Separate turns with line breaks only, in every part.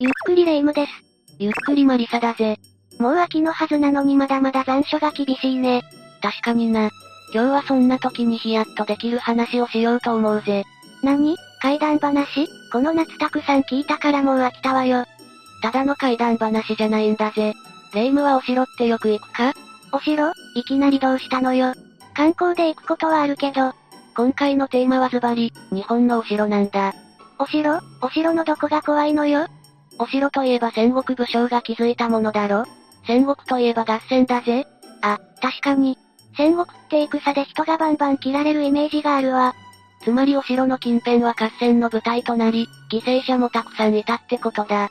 ゆっくりレ夢ムです。
ゆっくりマリサだぜ。
もう秋のはずなのにまだまだ残暑が厳しいね。
確かにな。今日はそんな時にヒヤッとできる話をしようと思うぜ。
何怪談話この夏たくさん聞いたからもう飽きたわよ。
ただの怪談話じゃないんだぜ。レイムはお城ってよく行くか
お城いきなりどうしたのよ。観光で行くことはあるけど、
今回のテーマはズバリ、日本のお城なんだ。
お城お城のどこが怖いのよ
お城といえば戦国武将が築いたものだろ戦国といえば合戦だぜ。
あ、確かに。戦国って戦で人がバンバン切られるイメージがあるわ。
つまりお城の近辺は合戦の舞台となり、犠牲者もたくさんいたってことだ。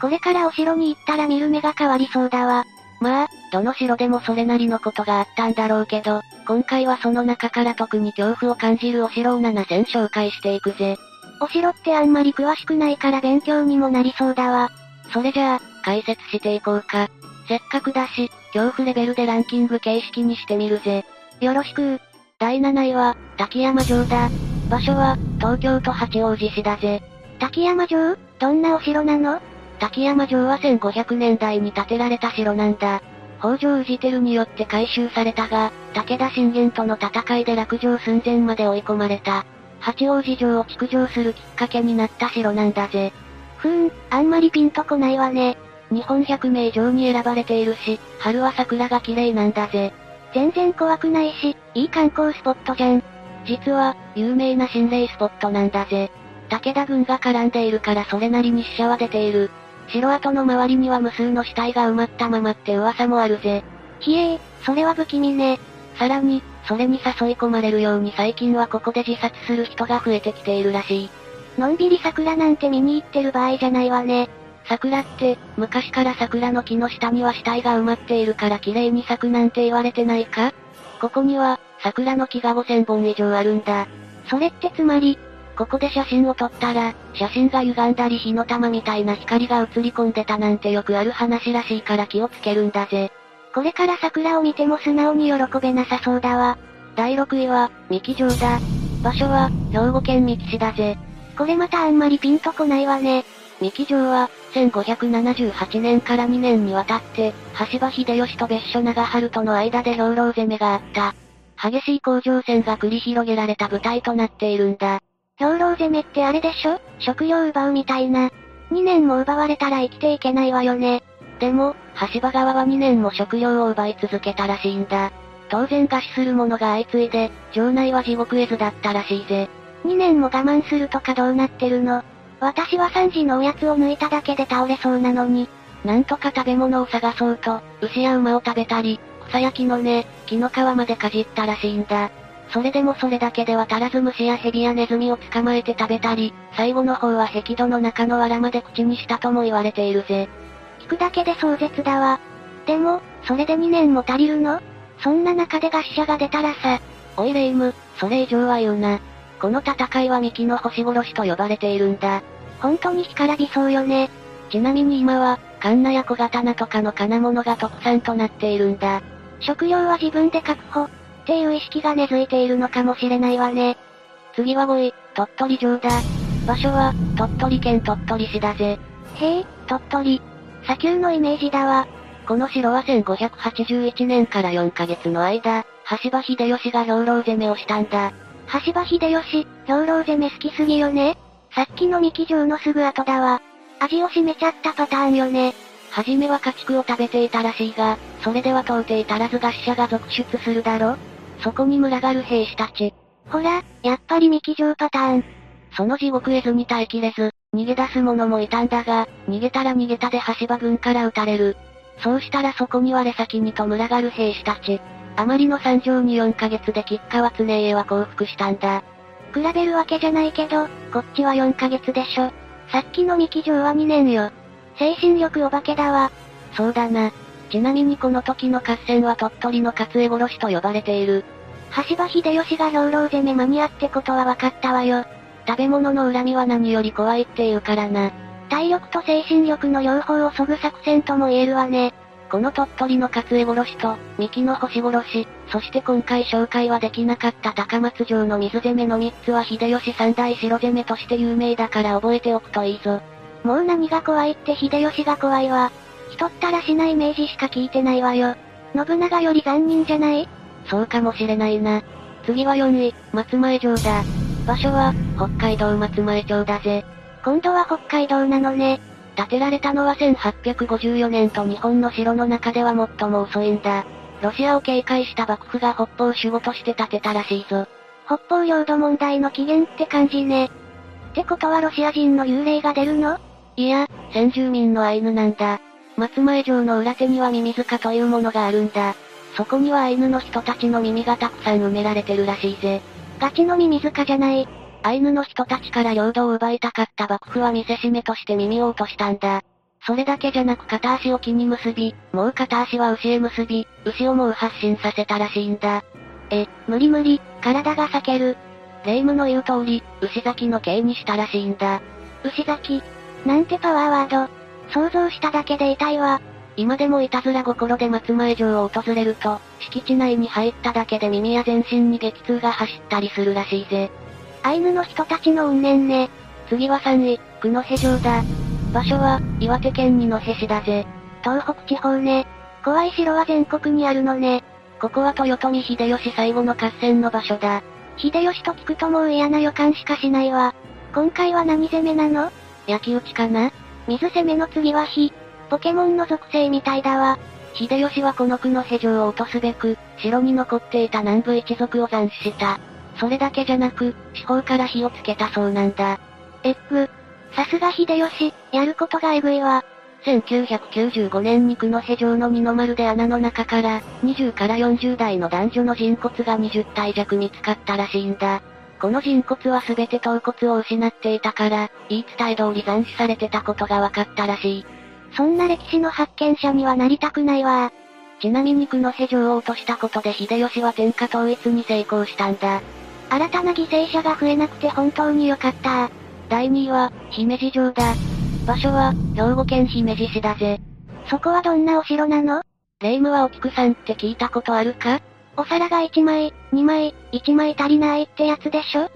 これからお城に行ったら見る目が変わりそうだわ。
まあ、どの城でもそれなりのことがあったんだろうけど、今回はその中から特に恐怖を感じるお城を7選紹介していくぜ。
お城ってあんまり詳しくないから勉強にもなりそうだわ。
それじゃあ、解説していこうか。せっかくだし、恐怖レベルでランキング形式にしてみるぜ。
よろしく
第7位は、滝山城だ。場所は、東京都八王子市だぜ。
滝山城どんなお城なの
滝山城は1500年代に建てられた城なんだ。北条氏輝によって改修されたが、武田信玄との戦いで落城寸前まで追い込まれた。八王子城を築城するきっかけになった城なんだぜ。
ふーん、あんまりピンとこないわね。
日本百名城に選ばれているし、春は桜が綺麗なんだぜ。
全然怖くないし、いい観光スポットじゃん。
実は、有名な心霊スポットなんだぜ。武田軍が絡んでいるからそれなりに死者は出ている。城跡の周りには無数の死体が埋まったままって噂もあるぜ。
ひえー、それは不気味ね。
さらに、それに誘い込まれるように最近はここで自殺する人が増えてきているらしい。
のんびり桜なんて見に行ってる場合じゃないわね。
桜って、昔から桜の木の下には死体が埋まっているから綺麗に咲くなんて言われてないかここには、桜の木が5000本以上あるんだ。
それってつまり、
ここで写真を撮ったら、写真が歪んだり火の玉みたいな光が映り込んでたなんてよくある話らしいから気をつけるんだぜ。
これから桜を見ても素直に喜べなさそうだわ。
第6位は、三木城だ。場所は、兵庫県三木市だぜ。
これまたあんまりピンとこないわね。
三木城は、1578年から2年にわたって、橋場秀吉と別所長春との間で兵糧攻めがあった。激しい甲状戦が繰り広げられた舞台となっているんだ。
兵糧攻めってあれでしょ食料奪うみたいな。2年も奪われたら生きていけないわよね。
でも、橋場側は2年も食料を奪い続けたらしいんだ。当然餓死する者が相次いで、城内は地獄絵図だったらしいぜ。
2年も我慢するとかどうなってるの私は3時のおやつを抜いただけで倒れそうなのに。
なんとか食べ物を探そうと、牛や馬を食べたり、草や木の根、木の皮までかじったらしいんだ。それでもそれだけでは足らず虫や蛇やネズミを捕まえて食べたり、最後の方は壁土の中の藁まで口にしたとも言われているぜ。
聞くだけで壮絶だわ。でも、それで2年も足りるのそんな中で餓死者が出たらさ、
おいレイム、それ以上は言うな。この戦いは幹の星殺しと呼ばれているんだ。
本当に干からびそうよね。
ちなみに今は、カンナや小刀とかの金物が特産となっているんだ。
食料は自分で確保。っていう意識が根付いているのかもしれないわね。
次は5位、鳥取城だ。場所は、鳥取県鳥取市だぜ。
へえ、鳥取。砂丘のイメージだわ。
この城は1581年から4ヶ月の間、橋場秀吉が兵糧攻めをしたんだ。
橋場秀吉、兵糧攻め好きすぎよね。さっきの三木城のすぐ後だわ。味を占めちゃったパターンよね。
はじめは家畜を食べていたらしいが、それでは到底足らず餓死者が続出するだろそこに群がる兵士たち。
ほら、やっぱり三木城パターン。
その地獄絵図に耐えきれず、逃げ出す者もいたんだが、逃げたら逃げたで橋場軍から撃たれる。そうしたらそこに我先にと群がる兵士たち。あまりの惨状に4ヶ月で吉川常家は降伏したんだ。
比べるわけじゃないけど、こっちは4ヶ月でしょ。さっきの三木城は2年よ。精神力お化けだわ。
そうだな。ちなみにこの時の合戦は鳥取の勝江殺しと呼ばれている。
橋場秀吉が兵糧攻め間に合ってことは分かったわよ。
食べ物の恨みは何より怖いっていうからな。
体力と精神力の両方を削ぐ作戦とも言えるわね。
この鳥取の勝江殺しと、三木の星殺し、そして今回紹介はできなかった高松城の水攻めの3つは秀吉三大城攻めとして有名だから覚えておくといいぞ。
もう何が怖いって秀吉が怖いわ。人ったらしなイメージしか聞いてないわよ。信長より残忍じゃない
そうかもしれないな。次は4位、松前城だ。場所は、北海道松前町だぜ。
今度は北海道なのね。
建てられたのは1854年と日本の城の中では最も遅いんだ。ロシアを警戒した幕府が北方守護として建てたらしいぞ。
北方領土問題の起源って感じね。ってことはロシア人の幽霊が出るの
いや、先住民のアイヌなんだ。松前城の裏手にはミミズカというものがあるんだ。そこにはアイヌの人たちの耳がたくさん埋められてるらしいぜ。
ガチのミミズカじゃない。
アイヌの人たちから領土を奪いたかった幕府は見せしめとして耳を落としたんだ。それだけじゃなく片足を木に結び、もう片足は牛へ結び、牛をもう発進させたらしいんだ。
え、無理無理、体が裂ける。
霊夢の言う通り、牛崎の刑にしたらしいんだ。
牛崎。なんてパワーワード。想像しただけで痛いわ。
今でもいたずら心で松前城を訪れると、敷地内に入っただけで耳や全身に激痛が走ったりするらしいぜ。
アイヌの人たちの怨念ね。
次は3位、九戸城だ。場所は、岩手県二戸市だぜ。
東北地方ね。怖い城は全国にあるのね。
ここは豊臣秀吉最後の合戦の場所だ。
秀吉と聞くともう嫌な予感しかしないわ。今回は何攻めなの
焼き討ちかな
水攻めの次は火。ポケモンの属性みたいだわ。
秀吉はこの九戸城を落とすべく、城に残っていた南部一族を斬首した。それだけじゃなく、四方から火をつけたそうなんだ。
えっぐ。さすが秀吉、やることがえぐいわ。
1995年に九戸城の二の丸で穴の中から、20から40代の男女の人骨が20体弱見つかったらしいんだ。この人骨は全て頭骨を失っていたから、言い伝え通り斬首されてたことが分かったらしい。
そんな歴史の発見者にはなりたくないわ
ちなみに九戸城を落としたことで秀吉は天下統一に成功したんだ。
新たな犠牲者が増えなくて本当に良かった。
第2位は、姫路城だ。場所は、兵庫県姫路市だぜ。
そこはどんなお城なの
霊夢はお菊さんって聞いたことあるか
お皿が1枚、2枚、1枚足りないってやつでしょ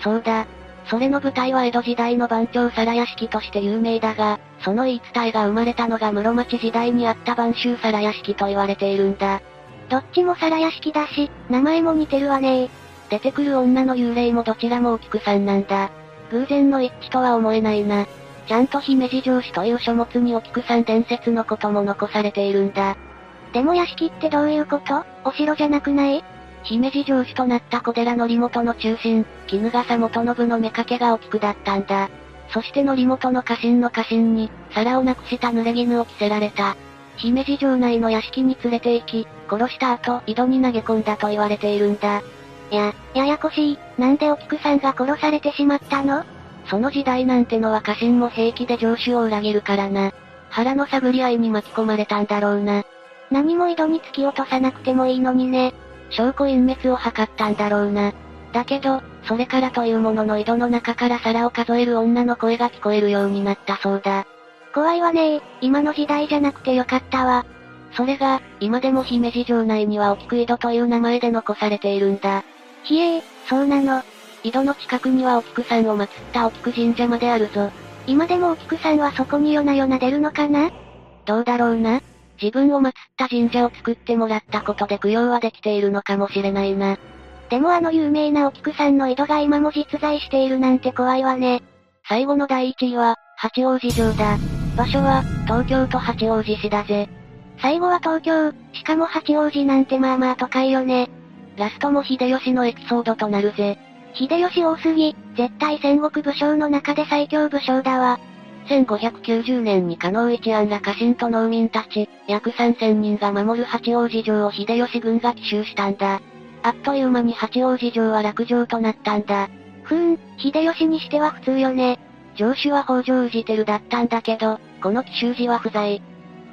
そうだ。それの舞台は江戸時代の番長皿屋敷として有名だが、その言い伝えが生まれたのが室町時代にあった晩秋皿屋敷と言われているんだ。
どっちも皿屋敷だし、名前も似てるわね
出てくる女の幽霊もどちらもお菊さんなんだ。偶然の一致とは思えないな。ちゃんと姫路城主という書物にお菊さん伝説のことも残されているんだ。
でも屋敷ってどういうことお城じゃなくない
姫路城主となった小寺則元の中心、絹笠元信の妾がお菊だったんだ。そして則元の家臣の家臣に、皿をなくした濡れ衣を着せられた。姫路城内の屋敷に連れて行き、殺した後、井戸に投げ込んだと言われているんだ。
いや、ややこしい。なんでお菊さんが殺されてしまったの
その時代なんてのは家臣も平気で上司を裏切るからな。腹の探り合いに巻き込まれたんだろうな。
何も井戸に突き落とさなくてもいいのにね。
証拠隠滅を図ったんだろうな。だけど、それからというものの井戸の中から皿を数える女の声が聞こえるようになったそうだ。
怖いわね今の時代じゃなくてよかったわ。
それが、今でも姫路城内にはお菊井戸という名前で残されているんだ。
ひえー、そうなの。
井戸の近くにはお菊さんを祀ったお菊神社まであるぞ。
今でもお菊さんはそこに夜な夜な出るのかな
どうだろうな。自分を祀った神社を作ってもらったことで供養はできているのかもしれないな。
でもあの有名なお菊さんの井戸が今も実在しているなんて怖いわね。
最後の第1位は、八王子城だ。場所は、東京都八王子市だぜ。
最後は東京、しかも八王子なんてまあまあ都会よね。
ラストも秀吉のエピソードとなるぜ。
秀吉多すぎ、絶対戦国武将の中で最強武将だわ。
1590年に加納一案ら家臣と農民たち、約3000人が守る八王子城を秀吉軍が奇襲したんだ。あっという間に八王子城は落城となったんだ。
ふーん、秀吉にしては普通よね。
城主は北条氏輝だったんだけど、この奇襲時は不在。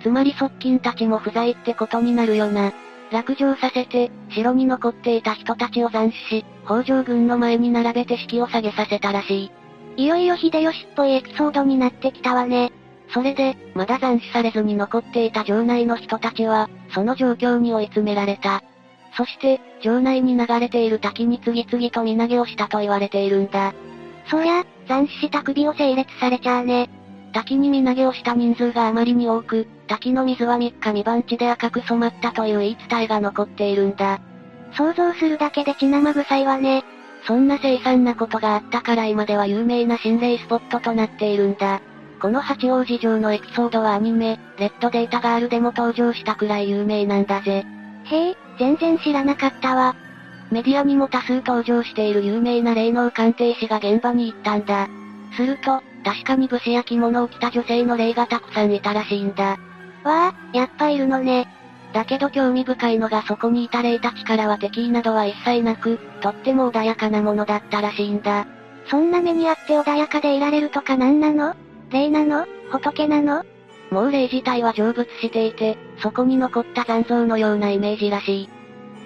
つまり側近たちも不在ってことになるよな。落城させて、城に残っていた人たちを斬首し、北条軍の前に並べて式を下げさせたらし
い。いよいよ秀吉っぽいエピソードになってきたわね。
それで、まだ斬首されずに残っていた城内の人たちは、その状況に追い詰められた。そして、城内に流れている滝に次々と身投げをしたと言われているんだ。
そりゃ、斬首した首を整列されちゃうね。
滝に身投げをした人数があまりに多く、滝の水は3日未満地で赤く染まったという言い伝えが残っているんだ。
想像するだけで血生臭いわね。
そんな凄惨なことがあったから今では有名な心霊スポットとなっているんだ。この八王子城のエピソードはアニメ、レッドデータガールでも登場したくらい有名なんだぜ。
へえ、全然知らなかったわ。
メディアにも多数登場している有名な霊能鑑定士が現場に行ったんだ。すると、確かに武士や着物を着た女性の霊がたくさんいたらしいんだ。
わあ、やっぱいるのね。
だけど興味深いのがそこにいた霊たちからは敵意などは一切なく、とっても穏やかなものだったらしいんだ。
そんな目にあって穏やかでいられるとかなんなの霊なの仏なの
もう霊自体は成仏していて、そこに残った残像のようなイメージらしい。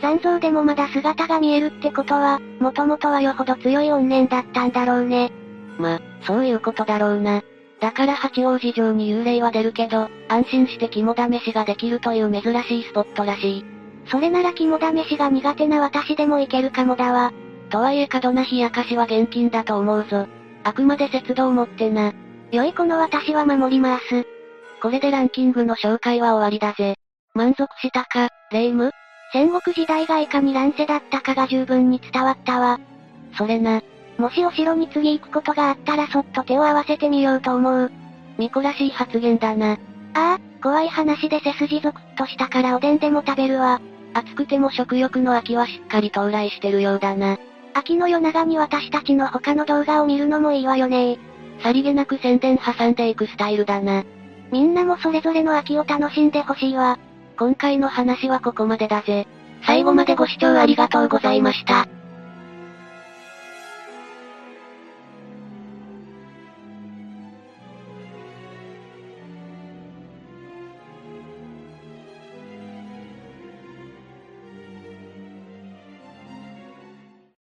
残像でもまだ姿が見えるってことは、もともとはよほど強い怨念だったんだろうね。
ま、そういうことだろうな。だから八王子城に幽霊は出るけど、安心して肝試しができるという珍しいスポットらしい。
それなら肝試しが苦手な私でもいけるかもだわ。
とはいえ過度な冷やかしは厳禁だと思うぞ。あくまで節度を持ってな。
良い子の私は守ります。
これでランキングの紹介は終わりだぜ。満足したか、霊夢
戦国時代がいかに乱世だったかが十分に伝わったわ。
それな。
もしお城に次行くことがあったらそっと手を合わせてみようと思う。
ミコらしい発言だな。
ああ、怖い話で背筋ゾクッとしたからおでんでも食べるわ。
暑くても食欲の秋はしっかり到来してるようだな。
秋の夜長に私たちの他の動画を見るのもいいわよね
さりげなく宣伝挟んでいくスタイルだな。
みんなもそれぞれの秋を楽しんでほしいわ。
今回の話はここまでだぜ。最後までご視聴ありがとうございました。